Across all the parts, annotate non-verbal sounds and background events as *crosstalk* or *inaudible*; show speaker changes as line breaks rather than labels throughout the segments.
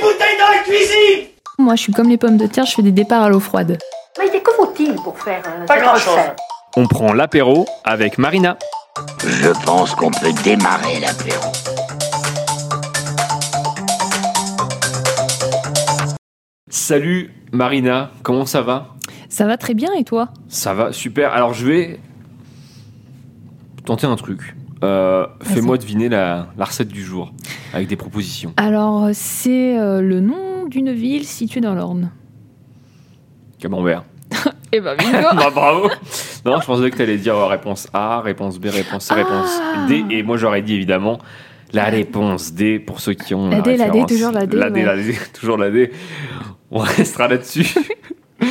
bouteille dans la cuisine
Moi, je suis comme les pommes de terre, je fais des départs à l'eau froide.
Mais que faut-il pour faire euh,
Pas
cette
grand-chose.
recette
On prend l'apéro avec Marina.
Je pense qu'on peut démarrer l'apéro.
Salut Marina, comment ça va
Ça va très bien et toi
Ça va, super. Alors je vais tenter un truc. Euh, Fais-moi deviner la, la recette du jour avec des propositions.
Alors, c'est euh, le nom d'une ville située dans l'Orne.
Camembert.
Eh ben, bingo
Bah, bravo *laughs* Non, je pensais que t'allais dire euh, réponse A, réponse B, réponse C, réponse
Ah.
D. Et moi j'aurais dit évidemment la réponse D pour ceux qui ont.
La D, la D,
référence.
toujours la D,
La D,
ouais.
la D, *laughs* toujours la D. On restera
*laughs*
là-dessus.
*laughs*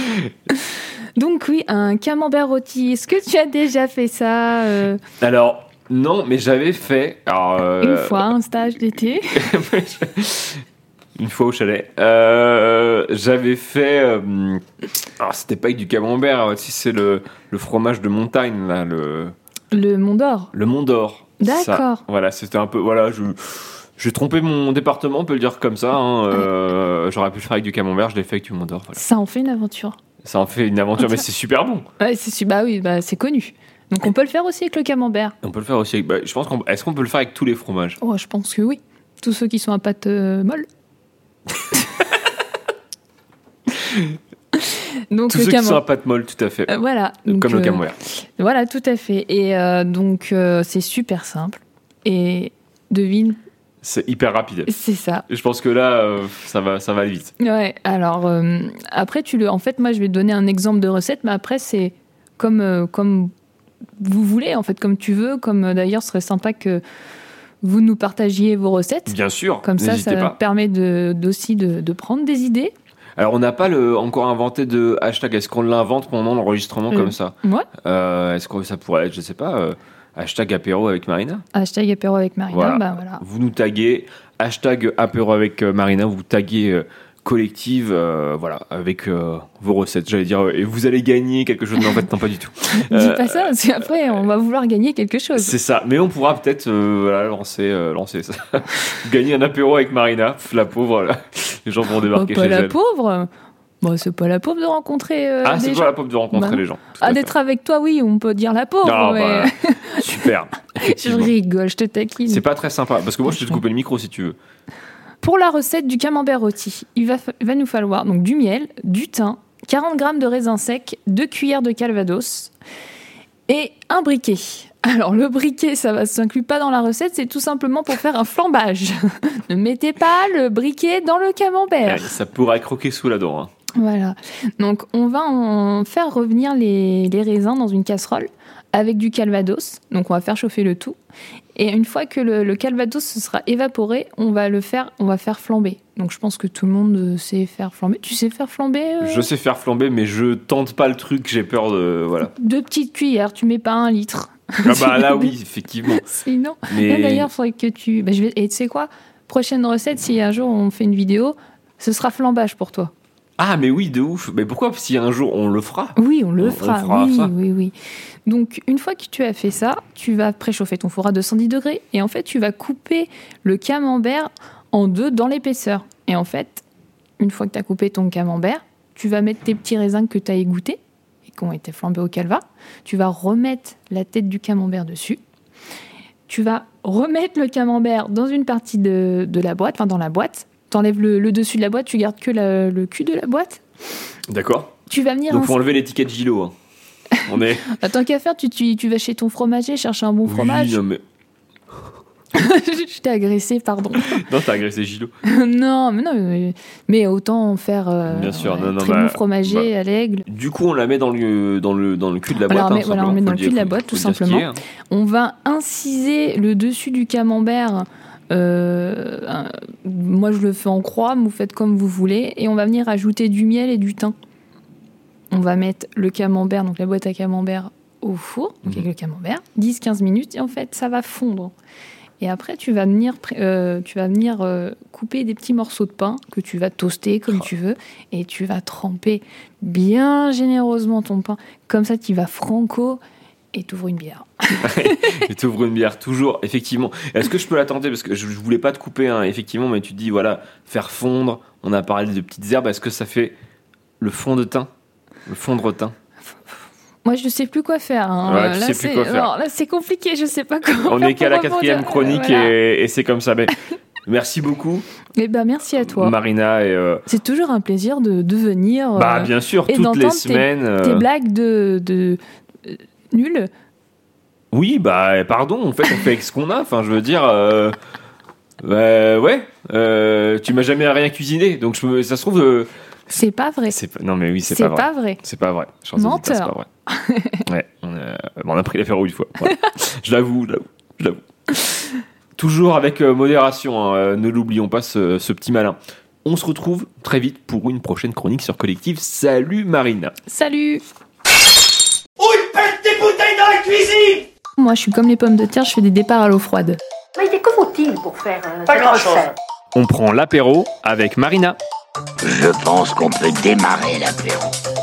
Donc oui, un camembert rôti. Est-ce que tu as déjà fait ça euh,
Alors, non, mais j'avais fait. alors, euh,
une fois, un stage d'été
Une fois au chalet. Euh, j'avais fait. euh, alors, c'était pas avec du camembert, euh, si c'est le, le fromage de montagne, là, le,
Le Mont d'Or.
le Mont d'Or. Ça.
D'accord.
Voilà, c'était un peu. Voilà, je. J'ai trompé mon département, on peut le dire comme ça. hein, euh, J'aurais pu le faire avec du camembert, je l'ai fait avec du Mont d'Or. voilà.
Ça en fait une aventure.
Ça en fait une
*laughs*
aventure, mais c'est super bon.
Ouais, c'est su- bah oui, bah, c'est connu. Donc on peut le faire aussi avec le camembert.
On peut le faire aussi. Avec, bah, je pense qu'on. Est-ce qu'on peut le faire avec tous les fromages
Oh, je pense que oui. Tous ceux qui sont à pâte euh, molle. *laughs* Donc
Tous
le
ceux qui sont à
camembert.
pâte molle, tout à fait.
Euh, voilà. donc,
comme le
euh,
camembert.
Voilà, tout à fait. Et euh, donc, euh, c'est super simple. Et devine,
C'est hyper rapide.
c'est ça.
Je pense que là, euh, ça va, ça va aller vite.
Ouais, alors, euh, après, tu le. En fait, moi, je vais te donner un exemple de recette, mais après, c'est comme, euh, comme vous voulez, en fait, comme tu veux. Comme euh, d'ailleurs, ce serait sympa que vous nous partagiez vos recettes.
Bien sûr.
Comme ça,
n'hésitez
ça
pas.
permet de, d'aussi de, de prendre des idées.
Alors, on n'a pas le, encore inventé de hashtag. Est-ce qu'on l'invente pendant l'enregistrement
Euh,
comme ça
ouais.
Euh, Est-ce que ça pourrait être, je sais pas, euh, hashtag apéro avec Marina
Hashtag apéro avec Marina,
Voilà.
bah voilà.
Vous nous taguez, hashtag apéro avec euh, Marina, vous taguez euh, collective, euh, voilà, avec euh, vos recettes. J'allais dire, euh, et vous allez gagner quelque chose, mais en fait, non, pas
*laughs*
du tout.
Dis
Euh,
pas ça, parce qu'après, on va vouloir gagner quelque chose.
C'est ça, mais on pourra peut-être euh, voilà, lancer, euh, lancer ça. *laughs* Gagner un apéro avec Marina, Pff, la pauvre, là. les gens vont
Bah,
débarquer
pas
chez
la
elle.
pauvre. Bon, c'est pas la pauvre de rencontrer euh,
Ah,
des
c'est
gens.
pas la pauvre de rencontrer
Bah
les gens. Tout à
Ah,
fait.
d'être avec toi, oui, on peut dire la pauvre.
Ah,
mais- *laughs*
bah, super.
je
Effectivement.
rigole, je te taquine.
C'est pas très sympa parce que moi je vais te couper le micro si tu veux.
Pour la recette du camembert rôti, il va, fa- va nous falloir donc du miel, du thym, 40 g de raisins secs, 2 cuillères de calvados et un briquet. Alors le briquet, ça ne s'inclut pas dans la recette, c'est tout simplement pour faire un flambage. *laughs* ne mettez pas le briquet dans le camembert.
Eh, Ça pourrait croquer sous la dent. hein.
Voilà. Donc, on va en faire revenir les, les raisins dans une casserole avec du calvados. Donc, on va faire chauffer le tout. Et une fois que le, le calvados se sera évaporé, on va le faire, on va faire flamber. Donc, je pense que tout le monde euh, sait faire flamber. Tu sais faire flamber euh,
Je sais faire flamber, mais je tente pas le truc. J'ai peur de
*laughs*
voilà.
Deux petites cuillères, tu mets pas un litre. *laughs*
Ah bah là oui effectivement.
Sinon, Là,
Mais
Eh, d'ailleurs, il faudrait que tu. bah, je vais... Et tu sais quoi Prochaine recette, si un jour on fait une vidéo, ce sera flambage pour toi.
ah mais oui de ouf. Mais pourquoi si un jour on le fera
Oui, on
On-
le
on
fera.
fera
oui,
ça.
oui, oui. Donc, une fois que tu as fait ça, tu vas préchauffer ton four à 210 degrés. Et en fait, tu vas couper le camembert en deux dans l'épaisseur. Et en fait, une fois que tu as coupé ton camembert, tu vas mettre tes petits raisins que tu as égouttés et qui ont été flambés au calva. Tu vas remettre la tête du camembert dessus. Tu vas remettre le camembert dans une partie de, de la boîte, enfin dans la boîte. T'enlèves le, le dessus de la boîte, tu gardes que la- le cul de la boîte.
D'accord.
Tu vas venir
Donc
ins-
faut enlever l'étiquette Gilo. hein. On est.
Bah, tant qu'à faire, tu, tu, tu vas chez ton fromager chercher un bon
Oui,
fromage.
non mais
*laughs*
*laughs*
je t'ai agressé, pardon. *laughs*
non t'as agressé Gilo.
non, mais non, mais, mais autant en faire euh,
Bien sûr,
ouais,
non, non,
très
bah,
bon fromager à l'aigle.
Du coup on la met dans le dans le dans le cul de la boîte.
Voilà, on
hein,
met- voilà,
simplement.
on met
Faut
dans le
dire-
cul de la
faut-
boîte, tout
faut dire ce qu'il y a, hein.
On va inciser le dessus du camembert. euh, un- moi, je le fais en croix, mais vous faites comme vous voulez. Et on va venir ajouter du miel et du thym. On va mettre le camembert, donc la boîte à camembert, au four, donc avec le camembert, 10-15 minutes, et en fait, ça va fondre. Et après, tu vas venir, pré- euh, tu vas venir euh, couper des petits morceaux de pain que tu vas toaster comme tu veux, et tu vas tremper bien généreusement ton pain. Comme ça, tu vas franco et t'ouvres une bière.
*laughs* Et t'ouvres une bière toujours, effectivement. Est-ce que je peux la tenter Parce que je, je voulais pas te couper, hein, effectivement, mais tu te dis, voilà, faire fondre, On a parlé de petites herbes. Est-ce que ça fait le fond de thym Le fond de
*laughs*
retin
Moi, je sais plus quoi faire. hein.
Ouais,
Euh,
tu
là,
sais plus
c'est-
quoi faire.
non, là, c'est compliqué, je sais pas comment.
On
faire
est qu'à
pour
la
rebondir.
quatrième chronique
Euh, voilà.
et, et c'est comme ça.
*laughs*
Mais merci beaucoup,
Eh ben, merci à toi.
Marina. Et, euh,
C'est toujours un plaisir de, de venir. euh,
bah, bien sûr,
et
toutes les
d'entendre tes-
semaines.
Tes
euh,
blagues de, de euh, nulles.
Oui, bah, pardon, en fait, on fait avec ce qu'on a. Enfin, je veux dire. euh, bah, ouais, euh, tu m'as jamais rien cuisiné. Donc, je me- ça se trouve. euh,
C'est pas vrai.
c'est pas- non, mais oui, c'est
C'est
pas vrai.
pas vrai.
C'est pas vrai. Je suis en train de dire
Menteur.
pas, C'est pas vrai. Ouais, on a, bon, on a pris l'apéro une fois. Voilà. *laughs* je l'avoue, je l'avoue, je l'avoue. Toujours avec euh, modération, hein, euh, ne l'oublions pas, ce, ce petit malin. On se retrouve très vite pour une prochaine chronique sur Collective. Salut Marina.
Salut
Où il pète des bouteilles dans la cuisine
Moi, je suis comme les pommes de terre, je fais des départs à l'eau froide.
Mais que faut-il pour faire euh,
Pas
cette
grand-chose.
recette
On prend l'apéro avec Marina.
Je pense qu'on peut démarrer l'apéro.